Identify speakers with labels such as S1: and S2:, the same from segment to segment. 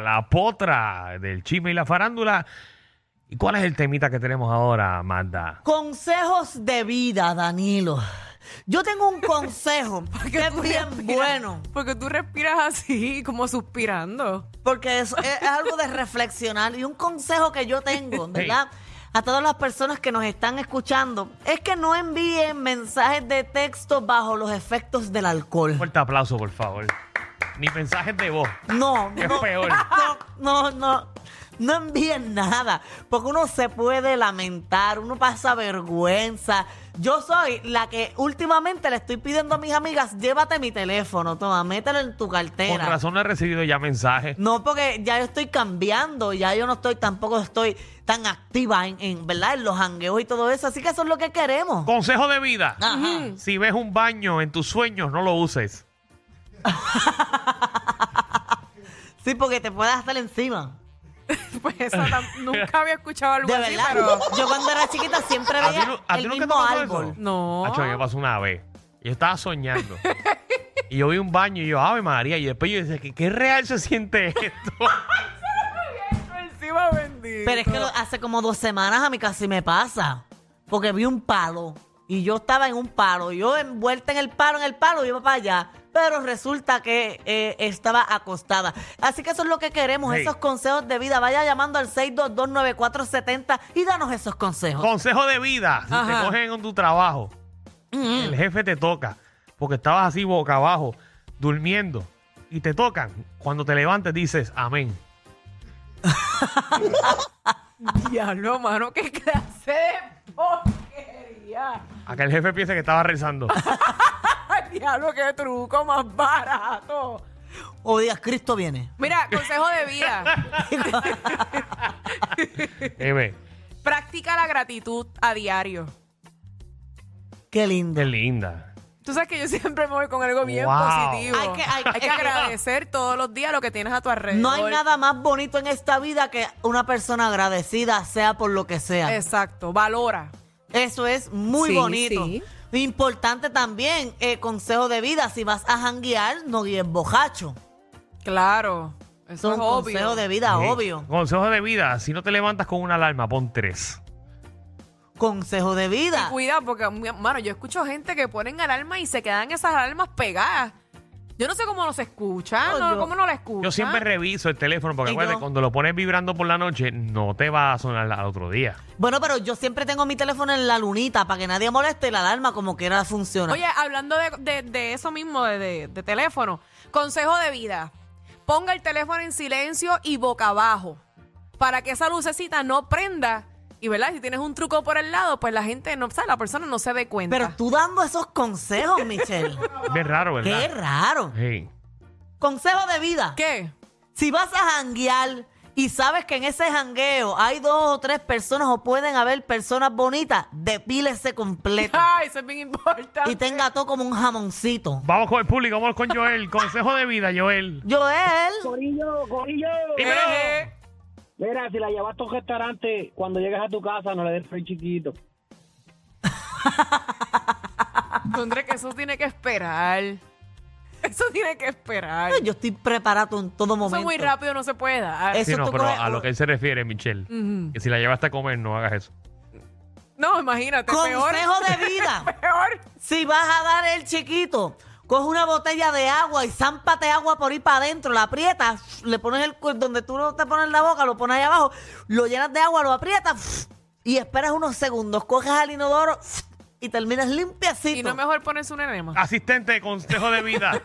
S1: la potra del chisme y la farándula. ¿Y cuál es el temita que tenemos ahora, Magda?
S2: Consejos de vida, Danilo. Yo tengo un consejo que es bien bueno,
S3: Porque tú respiras así, como suspirando.
S2: porque es, es algo de reflexionar. Y un consejo que yo tengo, ¿verdad? A todas las personas que nos están escuchando, es que no envíen mensajes de texto bajo los efectos del
S1: Un
S2: alcohol.
S1: fuerte aplauso, por favor. Ni mensajes de voz.
S2: No,
S1: Es
S2: no,
S1: peor.
S2: no, no, no, no envíen nada, porque uno se puede lamentar, uno pasa vergüenza. Yo soy la que últimamente le estoy pidiendo a mis amigas, llévate mi teléfono, toma, mételo en tu
S1: Con
S2: cartera.
S1: razón no he recibido ya mensajes.
S2: No, porque ya yo estoy cambiando, ya yo no estoy, tampoco estoy tan activa en, en, ¿verdad? En los jangueos y todo eso, así que eso es lo que queremos.
S1: Consejo de vida.
S2: Ajá.
S3: Mm,
S1: Si ves un baño en tus sueños, no lo uses.
S2: Sí, porque te puedes estar encima.
S3: Pues esa tam- nunca había escuchado algo
S2: De
S3: así,
S2: verdad,
S3: pero.
S2: yo cuando era chiquita siempre
S1: ¿A ti
S2: veía
S1: no- a ti
S2: el
S1: nunca te
S2: mismo
S1: pasó
S2: árbol.
S1: eso?
S3: No.
S1: Acho, me pasó una vez. Yo estaba soñando. y yo vi un baño y yo, ave María. Y después yo decía, ¿qué, qué real se siente esto?
S3: Encima bendito.
S2: Pero es que lo- hace como dos semanas a mí casi me pasa, porque vi un palo y yo estaba en un palo, yo envuelta en el palo, en el palo, iba para allá. Pero resulta que eh, estaba acostada. Así que eso es lo que queremos,
S1: Hey.
S2: esos consejos de vida. Vaya llamando al 6229470 y danos esos consejos.
S1: Consejo de vida. Si te
S3: Ajá.
S1: cogen en tu trabajo, el jefe te toca. Porque estabas así boca abajo, durmiendo. Y te tocan. Cuando te levantes dices, amén.
S3: Diablo, mano, qué clase de porquería.
S1: A que el jefe piense que estaba rezando.
S3: Diablo, qué truco más barato.
S2: O digas, Cristo viene.
S3: Mira, consejo de vida.
S1: M,
S3: Practica la gratitud a diario.
S2: Qué lindo.
S1: qué linda.
S3: Tú sabes que yo siempre me voy con algo bien
S1: Wow.
S3: positivo.
S2: Hay que- hay-
S3: Hay que agradecer todos los días lo que tienes a tu alrededor.
S2: No hay nada más bonito en esta vida que una persona agradecida, sea por lo que sea.
S3: Exacto, valora.
S2: Eso es muy
S3: Sí,
S2: bonito.
S3: sí.
S2: Importante también, eh, consejo de vida, si vas a janguear, no guíes bojacho.
S3: Claro,
S2: Es
S3: eso
S2: un
S3: es obvio.
S2: consejo de vida,
S1: Sí.
S2: obvio.
S1: Consejo de vida. Si no te levantas con una alarma, pon tres.
S2: Consejo de vida.
S3: Cuidado, porque, mi- mano, yo escucho gente que ponen alarma y se quedan esas alarmas pegadas. Yo no sé cómo los escuchan,
S2: No,
S3: no,
S2: yo-
S3: cómo no la escuchan.
S1: Yo siempre reviso el teléfono porque
S2: ah. Y
S1: acuérdate,
S2: yo-
S1: cuando lo pones vibrando por la noche, no te va a sonar al otro día.
S2: Bueno, pero yo siempre tengo mi teléfono en la lunita para que nadie moleste y la alarma como quiera funciona.
S3: Oye, hablando de, de- de eso mismo, de, de- de teléfono, consejo de vida. Ponga el teléfono en silencio y boca abajo para que esa lucecita no prenda. Y, ¿verdad? Si tienes un truco por el lado, pues la gente, no, o sea, la persona no se dé cuenta.
S2: pero tú dando esos consejos, Michelle.
S1: Es bien raro, ¿verdad?
S2: Qué raro.
S1: Sí.
S2: Consejo de vida.
S3: ¿Qué?
S2: Si vas a janguear y sabes que en ese jangueo hay dos o tres personas o pueden haber personas bonitas, depílese completo.
S3: Ay, eso es bien importante.
S2: y tenga todo como un jamoncito.
S1: Vamos con el público, vamos con Joel. Consejo de vida, Joel.
S2: Joel,
S4: Corillo, Corillo.
S1: Dímelo.
S3: Eh,
S4: Mira, si la llevaste a un restaurante, cuando llegas a tu casa no le des free chiquito.
S3: Tendré que eso tiene que esperar. Eso tiene que esperar.
S2: pues, yo estoy preparado en todo momento.
S3: Eso muy rápido no se puede dar.
S2: Es-
S1: Sí,
S2: eso
S1: no,
S2: tú
S1: pero
S2: coges-
S1: a lo que él se refiere, Michelle,
S3: Ujú.
S1: que si la llevaste a comer, no hagas eso.
S3: No, imagínate, peor.
S2: Consejo de vida.
S3: Peor.
S2: si vas a dar el chiquito, coge una botella de agua y zámpate agua por ahí para adentro, la aprietas, le pones el cu- donde tú no te pones la boca, lo pones ahí abajo, lo llenas de agua, lo aprietas y esperas unos segundos, coges al inodoro y terminas limpiacito.
S3: Y no es mejor ponerse un enema.
S1: Ah. Asistente de consejo de vida.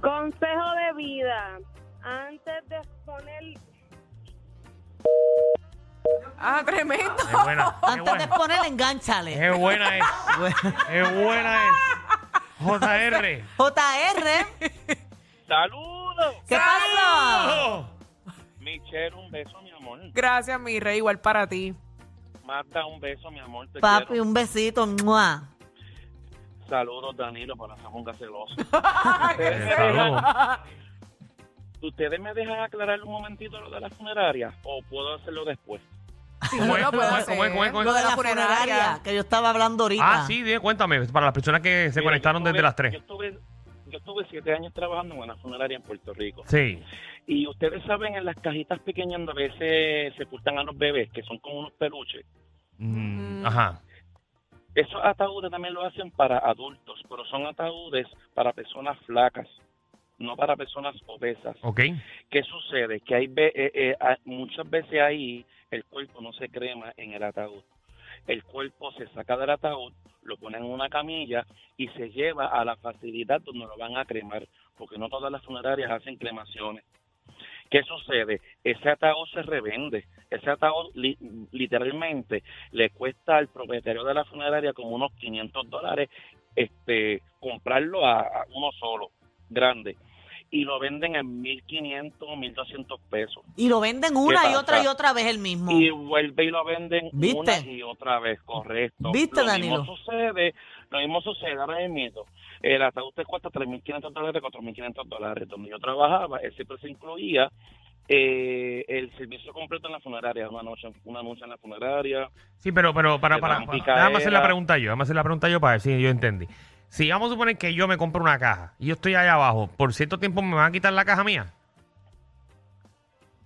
S5: Consejo de vida. Antes de poner
S3: Ah, tremendo.
S1: es buena, es
S2: Antes de
S1: buena.
S2: poner, engánchale.
S1: Es buena es. Es buena eh. es. JR.
S2: JR,
S6: ¡Saludos!
S2: ¿qué pasa?
S1: Oh.
S6: Michelle, un beso, mi amor.
S3: Gracias, mi rey, igual para ti.
S6: Marta, un beso, mi amor. Te
S2: Papi,
S6: quiero.
S2: un besito. ¡mua!
S6: Saludos, Danilo, para que se ponga celoso.
S1: Eh, saludos.
S6: ¿Ustedes me dejan aclarar un momentito lo de las funerarias o puedo hacerlo después?
S3: Sí,
S1: ¿Cómo es?
S3: lo puedo
S1: ¿Cómo es? ¿Cómo es?
S3: hacer.
S1: ¿Cómo es? ¿Cómo es?
S2: Lo de la funeraria que yo estaba hablando ahorita.
S6: Ah,
S1: Ah, sí, dime, cuéntame. Para las personas que se
S6: Mira,
S1: conectaron
S6: yo estuve-
S1: desde las 3.
S6: Yo estuve, yo estuve siete años trabajando en una funeraria en Puerto Rico.
S1: Sí.
S6: Y ustedes saben, en las cajitas pequeñas donde a veces sepultan a los bebés, que son como unos peluches.
S1: Mm, Ajá.
S6: Esos ataúdes también lo hacen para adultos, pero son ataúdes para personas flacas, no para personas obesas.
S1: Ok.
S6: ¿Qué sucede? Que hay ve- eh, eh, a- muchas veces ahí el cuerpo no se crema en el ataúd. El cuerpo se saca del ataúd, lo ponen en una camilla y se lleva a la facilidad donde lo van a cremar, porque no todas las funerarias hacen cremaciones. ¿Qué sucede? Ese ataúd se revende. Ese ataúd li- literalmente le cuesta al propietario de la funeraria como unos 500 dólares este, comprarlo a, a uno solo, grande. Y lo venden en 1.500, 1.200 pesos.
S2: Y lo venden una y
S6: pasa?
S2: otra y otra vez el mismo.
S6: Y vuelve y lo venden
S2: ¿Viste?
S6: una y otra vez, correcto.
S2: ¿Viste,
S6: lo
S2: Danilo?
S6: Mismo sucede, lo mismo sucede ahora mismo. El ataúd te cuesta 3.500 dólares, 4.500 dólares. Donde yo trabajaba, él siempre se incluía eh, el servicio completo en la funeraria, una noche, una noche en la funeraria.
S1: Sí, pero, pero para,
S6: Le
S1: para,
S6: dan
S1: para-
S6: picadera.
S1: déjame hacer la pregunta yo, déjame hacer la pregunta yo para ver si yo entendí. Si vamos a suponer que yo me compro una caja y yo estoy allá abajo, ¿por cierto tiempo me van a quitar la caja mía?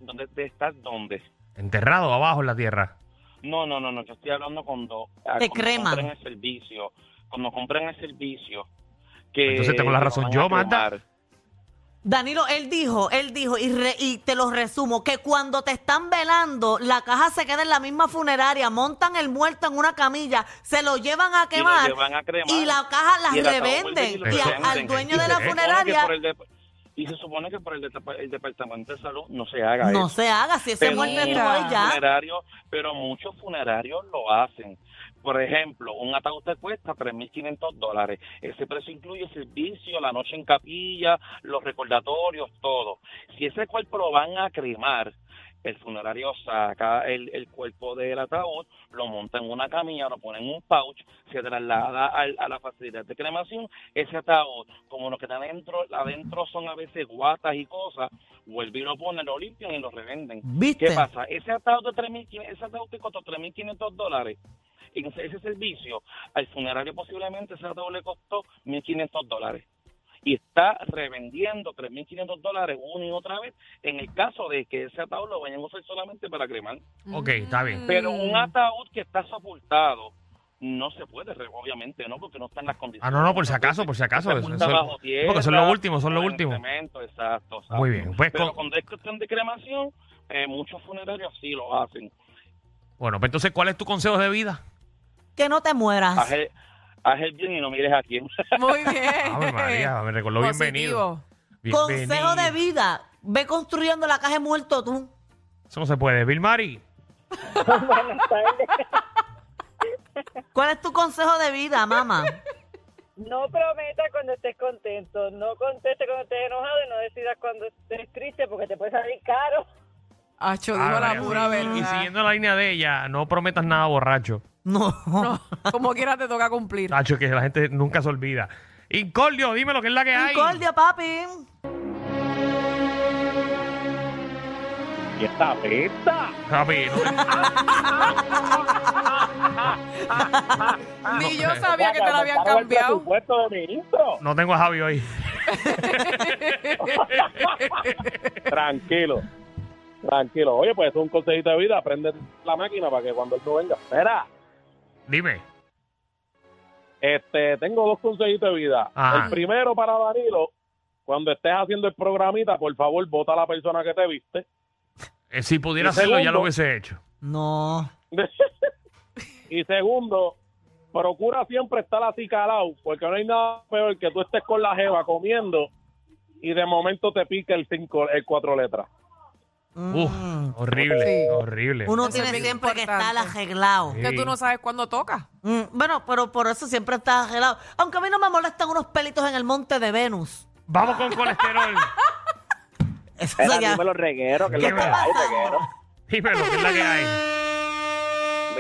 S6: ¿Dónde te estás? ¿Dónde?
S1: Enterrado abajo en la tierra.
S6: No, no, no, no, yo estoy hablando cuando, ah,
S2: Te
S6: cuando
S2: creman.
S6: compren el servicio, cuando compren el servicio. Que
S1: Entonces tengo la
S6: lo
S1: razón
S6: van a
S1: yo, Magda.
S6: cremar.
S2: Danilo, él dijo, él dijo, y, re- y te lo resumo, que cuando te están velando, la caja se queda en la misma funeraria, montan el muerto en una camilla, se lo llevan a
S6: Y lo
S2: quemar
S6: llevan a cremar.
S2: y la caja las
S6: Y el ataúd vuelven
S2: revenden.
S6: lo
S2: Y a-
S1: revenden.
S2: al dueño de
S1: Y
S2: la
S1: se supone
S6: supone que
S2: funeraria
S6: por el dep- y se supone que por el, dep- el Departamento de Salud no se haga
S2: no
S6: eso.
S2: se haga, si ese
S6: Pero
S2: muerto es
S6: muchos
S2: igual ya.
S6: funerarios- pero muchos funerarios lo hacen. Por ejemplo, un ataúd te cuesta 3.500 dólares. Ese precio incluye servicio, la noche en capilla, los recordatorios, todo. Si ese cuerpo lo van a cremar, el funerario saca el, el cuerpo del ataúd, lo monta en una camilla, lo pone en un pouch, se traslada al- a la facilidad de cremación. Ese ataúd, como lo que está adentro, adentro son a veces guatas y cosas, vuelve y lo ponen, lo limpian y lo revenden.
S2: ¿Viste?
S6: ¿Qué pasa? Ese ataúd de 3.500, ese ataúd que costó 3.500 dólares, en ese, ese servicio, al funerario posiblemente ese ataúd le costó 1.500 dólares. Y está revendiendo 3.500 dólares una y otra vez en el caso de que ese ataúd lo vayan a usar solamente para cremar.
S1: Ok, está bien.
S6: Pero
S3: Mm.
S6: un ataúd que está sepultado no se puede, re- obviamente, ¿no? Porque no están las condiciones.
S1: Ah, no, no, por si acaso, por si acaso.
S6: Se
S1: Eso-
S6: sepulta
S1: eso-
S6: bajo tierra,
S1: porque son los últimos, son los
S6: en
S1: últimos.
S6: cemento, exacto, exacto.
S1: Muy bien, pues
S6: Pero
S1: con-
S6: cuando es cuestión de cremación, eh, muchos funerarios sí lo hacen.
S1: Bueno, pues entonces, ¿cuál es tu consejo de vida?
S2: Que no te mueras.
S6: Haz el, haz el bien y no mires a quién.
S3: Muy bien.
S1: Ave María, me recordó
S3: Positivo.
S1: bienvenido.
S2: Consejo de
S1: Bienvenido.
S2: vida, ve construyendo la caja de muerto tú.
S1: Eso no se puede. Bill Mari,
S4: Buenas tardes.
S2: ¿Cuál es tu consejo de vida, mamá?
S5: No prometa cuando estés contento, no conteste cuando estés enojado y no decidas cuando estés triste porque te puede salir caro.
S3: Acho, dijo
S1: Ave
S3: la
S1: María,
S3: pura
S1: sí.
S3: verdad.
S1: Y siguiendo la línea de ella, no prometas nada borracho.
S2: No.
S3: No, como quiera te toca cumplir.
S1: Tacho, que la gente nunca se olvida. Incordio, dime lo que es la que hay.
S2: Concordia, papi.
S6: y esta pesta.
S1: Papi, no-
S3: Ni yo sabía que te lo habían cambiado.
S6: Puesto de ministro.
S1: no tengo a Javi hoy.
S6: Tranquilo. Tranquilo. Oye, pues es un consejito de vida. Aprende la máquina para que cuando él no venga. Espera.
S1: Dime.
S6: Este, tengo dos consejitos de vida.
S1: Ajá.
S6: El primero para Danilo, cuando estés haciendo el programita, por favor, vota a la persona que te viste.
S1: Eh, si pudiera
S6: Y
S1: hacerlo, ya lo
S6: segundo.
S1: hubiese hecho.
S2: No.
S6: y segundo, procura siempre estar así calado, porque no hay nada peor que tú estés con la jeva comiendo y de momento te pica el cinco, el cuatro letras.
S1: Uf,
S2: Mm.
S1: horrible,
S3: Sí.
S1: horrible.
S2: Uno
S3: Eso es
S2: tiene
S3: bien
S2: siempre que estar
S3: importante.
S2: arreglado.
S1: Sí.
S3: Que tú no sabes cuándo toca.
S2: Mm, Bueno, pero por eso siempre está arreglado. Aunque a mí no me molestan unos pelitos en el monte de Venus.
S1: Vamos con colesterol.
S2: Eso
S4: Espera,
S2: ya-
S4: dímelo, reguero, que
S1: ¿Qué
S4: es lo que
S1: pasa?
S4: hay, reguero.
S1: Dime lo que es la que hay.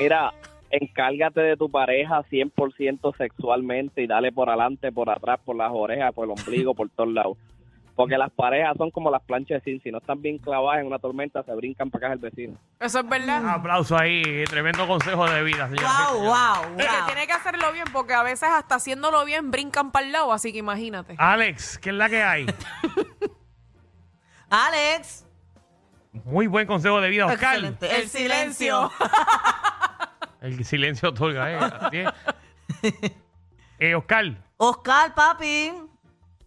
S4: Mira, encárgate de tu pareja 100% sexualmente y dale por adelante, por atrás, por las orejas, por el ombligo, por todos lados.
S7: Porque las parejas son como las planchas de zinc. Si no están bien clavadas en una tormenta, se brincan para acá el vecino.
S3: Eso es
S1: Un
S2: Ah,
S3: verdad.
S1: aplauso ahí, tremendo consejo de vida, señor.
S2: Wow, wow,
S3: Y que
S2: wow.
S3: tiene que hacerlo bien, porque a veces hasta haciéndolo bien brincan para el lado, así que imagínate.
S2: Ah,
S1: Alex, ¿qué es la que hay?
S2: Alex.
S1: Muy buen consejo de vida, Oscar.
S2: Excelente. El silencio.
S1: El silencio otorga, ¿eh? Así es. Eh, Oscar,
S2: Oscar, papi.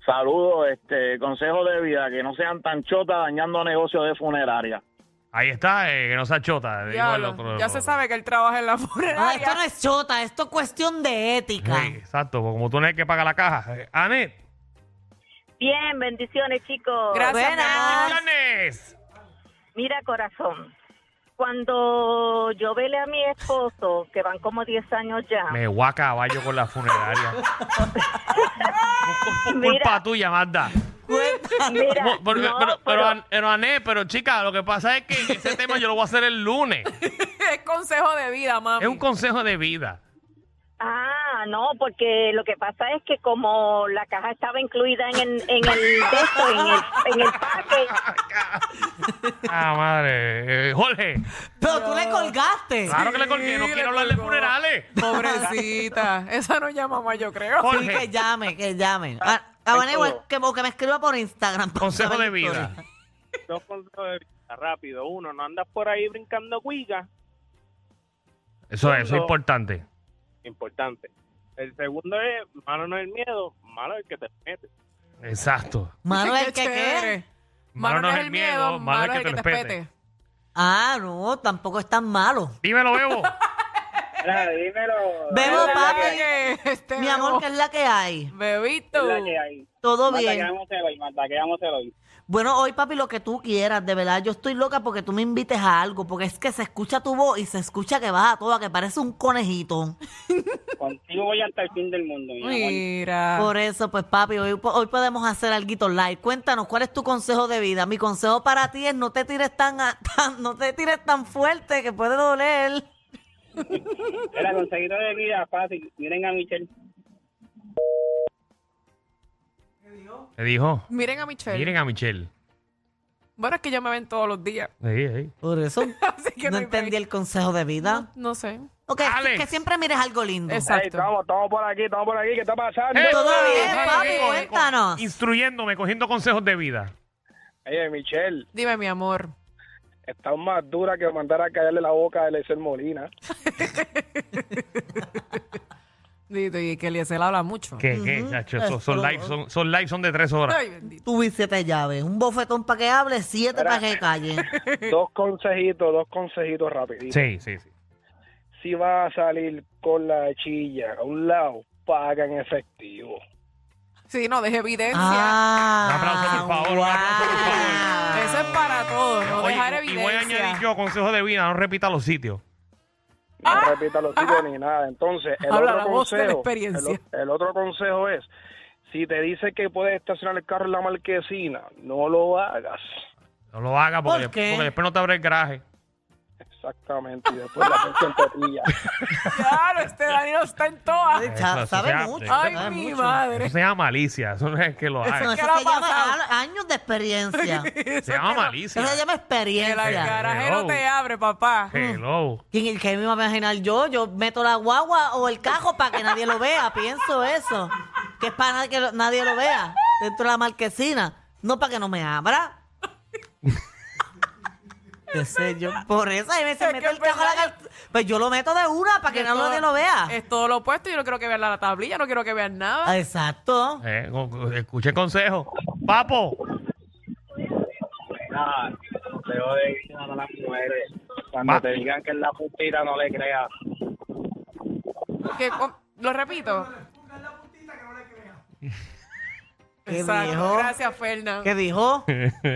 S8: Saludos, este, consejo de vida, que no sean tan chotas dañando negocios de funeraria.
S1: ahí está, eh, que no se achota. digo el
S3: Diablo,
S1: otro-
S3: ya se sabe que él trabaja en la
S2: Ah, esto
S3: funeraria.
S2: no es chota, esto es cuestión de
S1: Sí,
S2: ética.
S1: exacto, porque como tú no hay que pagar la caja. Eh, Anet,
S5: Bien, bendiciones, chicos.
S3: Gracias, mi
S2: Buenas.
S3: amor.
S1: planes.
S5: Mira, corazón, cuando yo vele a mi esposo, que van como 10 años ya,
S1: Me voy a caballo con la funeraria. Por culpa
S5: Mira.
S1: tuya, Magda.
S5: mira,
S1: Como- pero, pero,
S5: no,
S1: pero,
S5: pero-
S1: An- pero, Anet, pero chica, lo que pasa es que ese tema yo lo voy a hacer el lunes.
S3: es consejo de vida, mami.
S1: Es un consejo de vida.
S5: Ah, no, porque lo que pasa es que como la caja estaba incluida en el, en el, de esto, en el, en el paque,
S1: Ah, madre. Eh, Jorge,
S2: Pero tú le colgaste.
S1: claro que le colgué. No
S3: Sí,
S1: quiero
S3: le
S1: hablar de
S3: colgó.
S1: funerales.
S3: Pobrecita. Esa no llama más, yo creo.
S2: Sí, que
S1: Jorge, Ah,
S2: llame, que llame. Ah, A, a Vanessa, que, o que me escriba por Instagram. para
S1: consejo
S2: saber
S1: de
S2: la historia.
S1: vida.
S7: Dos consejos de vida, rápido. Uno, no andas por ahí brincando cuiga.
S1: Eso, es- eso es importante.
S7: Importante. El segundo es, malo no es el miedo, malo es el que te mete.
S1: Exacto.
S2: Mano, ¿el que qué?
S3: chévere. Malo no es el miedo, malo es el que te
S1: respete.
S3: espete.
S2: Ah, no, tampoco es tan malo.
S1: Dímelo, Bebo.
S4: Mira, dímelo.
S2: Bebo,
S3: Es verdad
S2: papi.
S3: que, este,
S2: Mi
S3: bebo-
S2: amor, que es la que hay.
S3: Bebito.
S4: la que hay.
S2: Todo
S4: Marta,
S2: bien.
S4: quedámoselo hoy, Marta, quedámoselo hoy.
S2: Bueno, hoy, papi, lo que tú quieras, de verdad. Yo estoy loca porque tú me invites a algo, porque es que se escucha tu voz y se escucha que vas a toda, que parece un conejito.
S4: Contigo voy hasta el fin del mundo, mi amor.
S3: Mira.
S2: Por eso, pues, papi, hoy, hoy podemos hacer algo live. Cuéntanos, ¿cuál es tu consejo de vida? Mi consejo para ti es no te tires tan, a- tan- no te tires tan fuerte que puede doler.
S4: Era consejito de vida fácil. Miren a Michelle.
S1: Le dijo.
S3: Miren a Michelle.
S1: Miren a Michelle.
S3: Bueno, es que ya me ven todos los días.
S1: Ahí, ahí.
S2: Por eso
S3: Así que
S2: no
S3: hay
S2: entendí
S3: break.
S2: el consejo de vida.
S3: No sé.
S2: Ok, que-
S1: Alex.
S2: que siempre mires algo lindo.
S3: Exacto.
S4: estamos por aquí, estamos por aquí. ¿Qué está pasando?
S1: ¡Eh!
S2: Todo
S1: Ey,
S2: bien,
S1: ey,
S2: papi,
S1: ey,
S3: Ah.
S2: cuéntanos.
S1: Instruyéndome, cogiendo consejos de vida.
S7: Oye, Michelle,
S3: Dime, mi amor.
S7: estás más dura que mandar a caerle la boca a Eliezer Molina.
S3: Dito, y que Eliezer habla mucho.
S1: ¿Qué, qué, chacho? Son, son
S2: Exploro.
S1: live, son, son live, son de tres horas.
S3: Ay, bendito.
S2: Tuve siete llaves, un bofetón para que hable, siete para que calle.
S7: dos consejitos, dos consejitos rapiditos.
S1: Sí, sí, sí.
S7: Si vas a salir con la chilla a un lado, paga en efectivo.
S3: Sí, no, deje evidencia.
S2: Ah,
S1: Un aplauso, por favor, un aplauso, por favor.
S3: Eso es para todos, no
S1: Oye,
S3: dejar
S1: y-
S3: evidencia.
S1: y voy a añadir yo consejo de vida, no repita los sitios.
S7: No repita los sitios ni nada. Entonces, el
S3: Ah. Habla
S7: otro
S3: la voz de la
S7: consejo,
S3: experiencia.
S7: El, o- el otro consejo es, si te dice que puedes estacionar el carro en la marquesina, no lo hagas.
S1: No lo haga porque,
S2: ¿Por qué?
S1: porque después no te abre el garaje.
S7: Exactamente. Y después la gente te pilla.
S3: Claro, este Danilo está en todas.
S2: Cha-
S1: Eso, eso
S2: sabe
S1: se llama-
S2: mucho.
S3: Ay,
S2: Ay,
S3: mi
S2: Ah, mucho.
S1: Eso
S3: madre.
S1: se llama malicia. Eso no es que lo
S2: Eso,
S1: haga.
S2: eso
S3: ¿Qué le ha
S2: se llama
S3: pasado?
S2: a- años de experiencia.
S1: Se llama
S2: eso
S1: malicia.
S2: se llama
S3: El
S2: experiencia.
S3: garaje no te abre, papá.
S1: Hello.
S2: ¿Quién, ¿Qué me iba a imaginar yo? Yo meto la guagua o el cajo para que nadie lo vea. Pienso eso. Que es para que lo- nadie lo vea. Dentro de la marquesina. No para que no me abra. Qué sé yo. Por eso a veces
S3: Es
S2: meto
S3: que
S2: el
S3: es
S2: cajo a la
S3: verdad.
S2: car- Pues yo lo meto de una para que
S3: Es
S2: nadie
S3: todo-
S2: lo vea.
S3: Es todo lo opuesto. Yo no quiero que vean la tablilla, no quiero que vean nada.
S2: Exacto.
S1: Eh, con- con- escuche el consejo. Papo,
S4: Nada, consejo de vida a las mujeres. Cuando
S1: Ma-
S4: te digan que es la putita, no le creas.
S3: Que con- lo repito.
S2: Qué
S3: Exacto.
S2: viejo.
S3: Gracias, Fernan.
S2: ¿Qué dijo?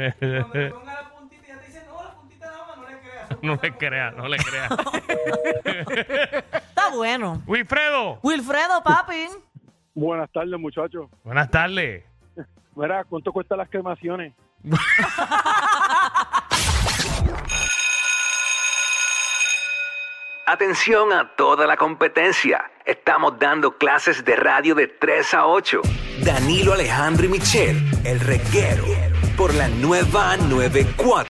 S1: no le creas, no le creas.
S2: Está bueno.
S1: Wilfredo,
S2: Wilfredo, papi.
S7: Buenas tardes, muchachos.
S1: buenas tardes.
S7: Mira, ¿cuánto cuestan las cremaciones?
S9: Atención a toda la competencia. Estamos dando clases de radio de 3 a 8. Danilo Alejandro y Michelle, El reguero por la nueva 94.